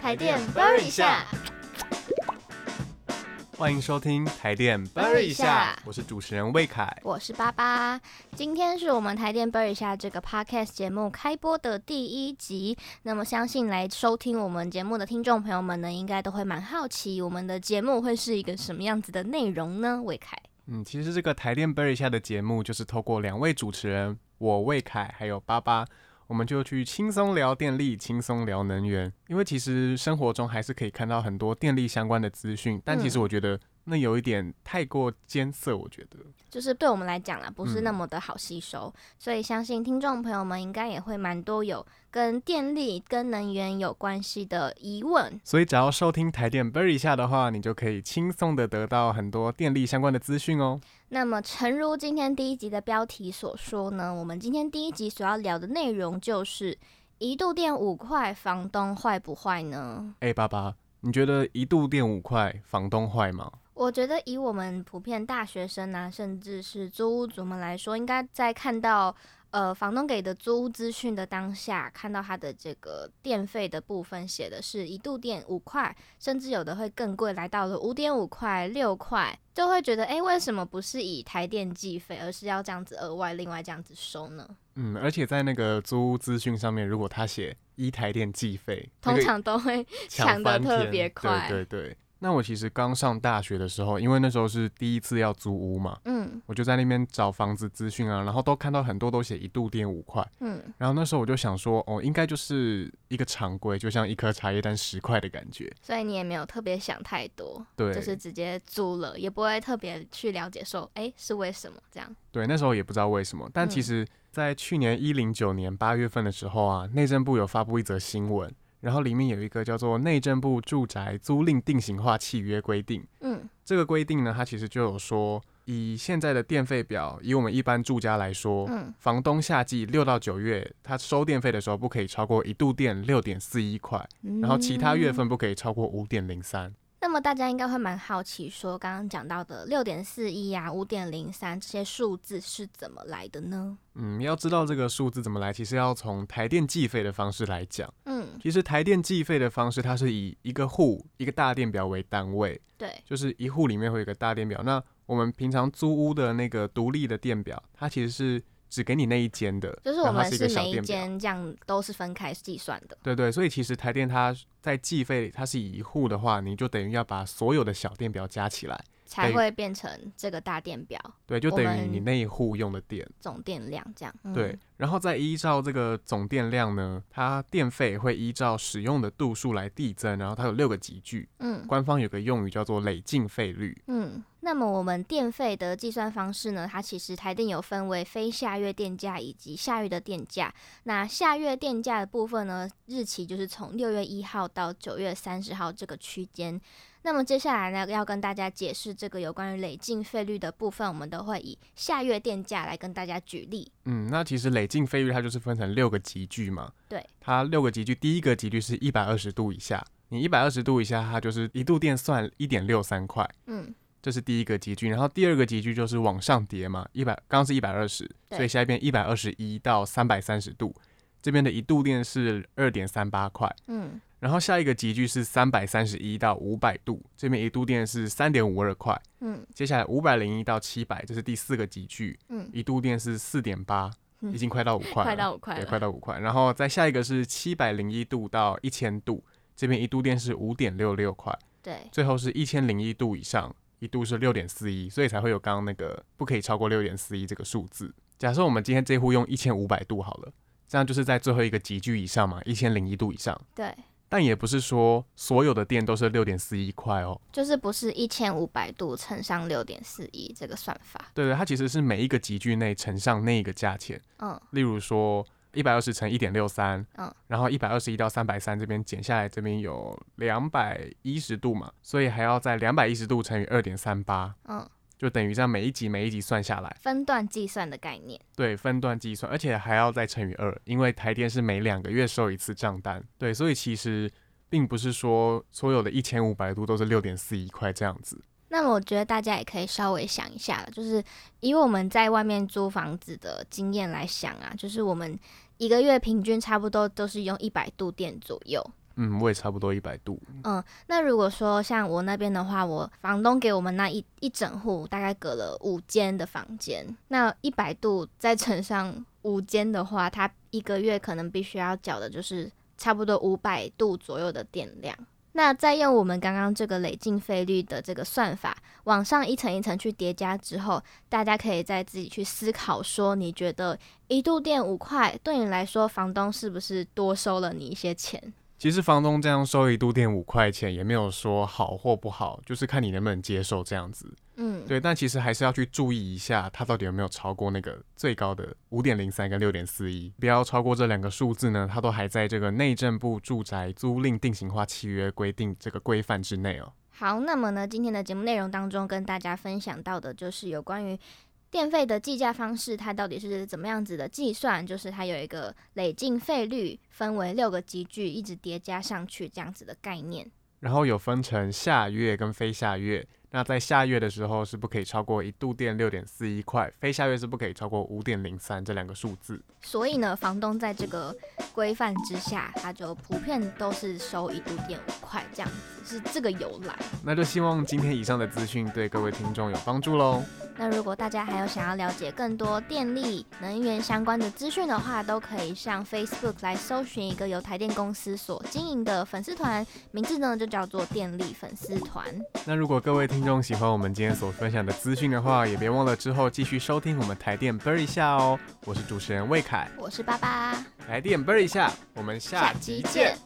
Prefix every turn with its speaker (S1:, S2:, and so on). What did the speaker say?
S1: 台电 Burry 一下，
S2: 欢迎收听台电
S1: Burry 一下
S2: 我是主持人魏凯。
S1: 我是巴巴。今天是我们台电 Burry 一下这个 podcast 节目开播的第一集。那么，相信来收听我们节目的听众朋友们呢，应该都会蛮好奇我们的节目会是一个什么样子的内容呢？魏凯，
S2: 嗯，其实这个台电 Burry 一下的节目就是透过两位主持人，我魏凯还有巴巴，我们就去轻松聊电力，轻松聊能源。因为其实生活中还是可以看到很多电力相关的资讯，但其实我觉得那有一点太过艰涩，我觉得。
S1: 就是对我们来讲啦，不是
S2: 嗯
S1: 那么的好吸收，所以相信听众朋友们应该也会蛮多有跟电力、跟能源有关系的疑问。
S2: 所以只要收听台电 Burry 一下的话，你就可以轻松的得到很多电力相关的资讯哦。
S1: 那么，诚如今天第一集的标题所说呢，我们今天第一集所要聊的内容就是一度电五块，房东坏不坏呢？
S2: 哎、巴巴，你觉得一度电五块，房东坏吗？
S1: 我觉得以我们普遍大学生啊，甚至是租屋族们来说，应该在看到呃房东给的租屋资讯的当下，看到他的这个电费的部分写的是一度电五块，甚至有的会更贵，来到了五点五块、六块，就会觉得诶，为什么不是以台电计费，而是要这样子额外另外这样子收呢？
S2: 嗯，而且在那个租屋资讯上面，如果他写一台电计费，那
S1: 通
S2: 个
S1: 常都会
S2: 抢
S1: 抢得
S2: 翻
S1: 特
S2: 天
S1: 别快
S2: 对对对。那我其实刚上大学的时候，因为那时候是第一次要租屋嘛，
S1: 嗯
S2: 我就在那边找房子资讯啊，然后都看到很多都写一度电五块，
S1: 嗯，
S2: 然后那时候我就想说，哦，应该就是一个常规，就像一颗茶叶蛋十块的感觉。
S1: 所以你也没有特别想太多。
S2: 对，
S1: 就是直接租了，也不会特别去了解说，哎、是为什么这样？
S2: 对，那时候也不知道为什么，但
S1: 嗯
S2: 其实，在去年一零九年八月份的时候啊，内政部有发布一则新闻，然后里面有一个叫做《内政部住宅租赁定型化契约规定》。
S1: 嗯
S2: 这个规定呢，它其实就有说，以现在的电费表，以我们一般住家来说，
S1: 嗯，
S2: 房东夏季六到九月，他收电费的时候不可以超过一度电六点四一块，然后其他月份
S1: 嗯
S2: 不可以超过五点零三。
S1: 那么大家应该会蛮好奇说，刚刚讲到的六点四一啊、五点零三这些数字是怎么来的呢？
S2: 嗯，要知道这个数字怎么来，其实要从台电计费的方式来讲。
S1: 嗯，
S2: 其实台电计费的方式，它是以一个户一个大电表为单位，
S1: 对，
S2: 就是一户里面会有一个大电表。那我们平常租屋的那个独立的电表，它其实是只给你那一间的，
S1: 就是我
S2: 然后它
S1: 们
S2: 是一个小
S1: 每一
S2: 电表。
S1: 间这样都是分开计算的。
S2: 对对，所以其实台电它在计费里，它是以一户的话，你就等于要把所有的小电表加起来，
S1: 才
S2: 对
S1: 会变成这个大电表
S2: 对，就等
S1: 我
S2: 于
S1: 们
S2: 你那一户用的电。
S1: 总电量这样。嗯、
S2: 对，，然后再依照这个总电量呢，它电费会依照使用的度数来递增，然后它有六个级距，
S1: 嗯
S2: 官方有个用语叫做累进费率。
S1: 嗯。那么我们电费的计算方式呢？它其实台电有分为非下月电价以及下月的电价。那下月电价的部分呢，日期就是从六月一号到九月三十号这个区间。那么接下来呢，要跟大家解释这个有关于累进费率的部分，我们都会以下月电价来跟大家举例。
S2: 嗯，那其实累进费率它就是分成六个级距嘛。
S1: 对，
S2: 它六个级距，第一个级距是一百二十度以下，你一百二十度以下，它就是一度电算一点六三块，
S1: 嗯，
S2: 这是第一个级距。然后第二个级距就是往上叠嘛，一百刚刚是一百二十，
S1: 对
S2: 所以下一边一百二十一到三百三十度，这边的一度电是二点三八块。
S1: 嗯，
S2: 然后下一个级距是三百三十一到五百度，这边一度电是三点五二块。
S1: 嗯，
S2: 接下来五百零一到七百，这是第四个级距，
S1: 嗯
S2: 一度电是四点八，
S1: 嗯
S2: 已经快到五块了，
S1: 快到五块
S2: 对，
S1: 了。
S2: 快到五块。然后再下一个是七百零一度到一千度，这边一度电是五点六六块，
S1: 对，
S2: 最后是一千零一度以上，一度是六点四一，所以才会有刚刚那个不可以超过六点四一这个数字。假设我们今天这户用一千五百度好了，这样就是在最后一个级距以上嘛，一千零一度以上。
S1: 对，
S2: 但也不是说所有的电都是六点四一块哦，
S1: 就是不是一千五百度乘上六点四一这个算法。
S2: 对对，它其实是每一个集距内乘上那一个价钱。
S1: 嗯，
S2: 例如说一百二十乘一点六三，
S1: 嗯
S2: 嗯，然后一百二十一到三百三这边减下来，这边有两百一十度嘛，所以还要在两百一十度乘以二点三八，
S1: 嗯，
S2: 就等于这样每一集每一集算下来，
S1: 分段计算的概念。
S2: 对，分段计算，而且还要再乘以二，因为台电是每两个月收一次账单，对，所以其实并不是说所有的一千五百度都是六点四一块这样子。
S1: 那么我觉得大家也可以稍微想一下了，就是以我们在外面租房子的经验来想啊，就是我们一个月平均差不多都是用一百度电左右。
S2: 嗯，我也差不多一百度。
S1: 嗯，那如果说像我那边的话，我房东给我们那一一整户大概隔了五间的房间，那一百度再乘上五间的话，它一个月可能必须要缴的就是差不多五百度左右的电量。那再用我们刚刚这个累进费率的这个算法，往上一层一层去叠加之后，大家可以再自己去思考说，你觉得一度电五块对你来说，房东是不是多收了你一些钱？
S2: 其实房东这样收一度电五块钱，也没有说好或不好，就是看你能不能接受这样子。
S1: 嗯，
S2: 对，但其实还是要去注意一下，它到底有没有超过那个最高的五点零三跟六点四一，不要超过这两个数字呢，它都还在这个内政部住宅租赁定型化契约规定这个规范之内哦。
S1: 好，那么呢，今天的节目内容当中跟大家分享到的就是有关于电费的计价方式，它到底是怎么样子的计算？就是它有一个累进费率，分为六个集聚，一直叠加上去这样子的概念。
S2: 然后有分成下月跟非下月。那在下月的时候是不可以超过一度电六点四一块，非下月是不可以超过五点零三这两个数字。
S1: 所以呢，房东在这个规范之下，他就普遍都是收一度电五块这样子，是这个由来。
S2: 那就希望今天以上的资讯对各位听众有帮助喽。
S1: 那如果大家还有想要了解更多电力、能源相关的资讯的话，都可以上 Facebook 来搜寻一个由台电公司所经营的粉丝团，名字呢就叫做电力粉丝团。
S2: 那如果各位听众喜欢我们今天所分享的资讯的话，也别忘了之后继续收听我们台电 Bird 一下哦。我是主持人魏凯，
S1: 我是爸爸，
S2: 台电 Bird 一下，我们下集见。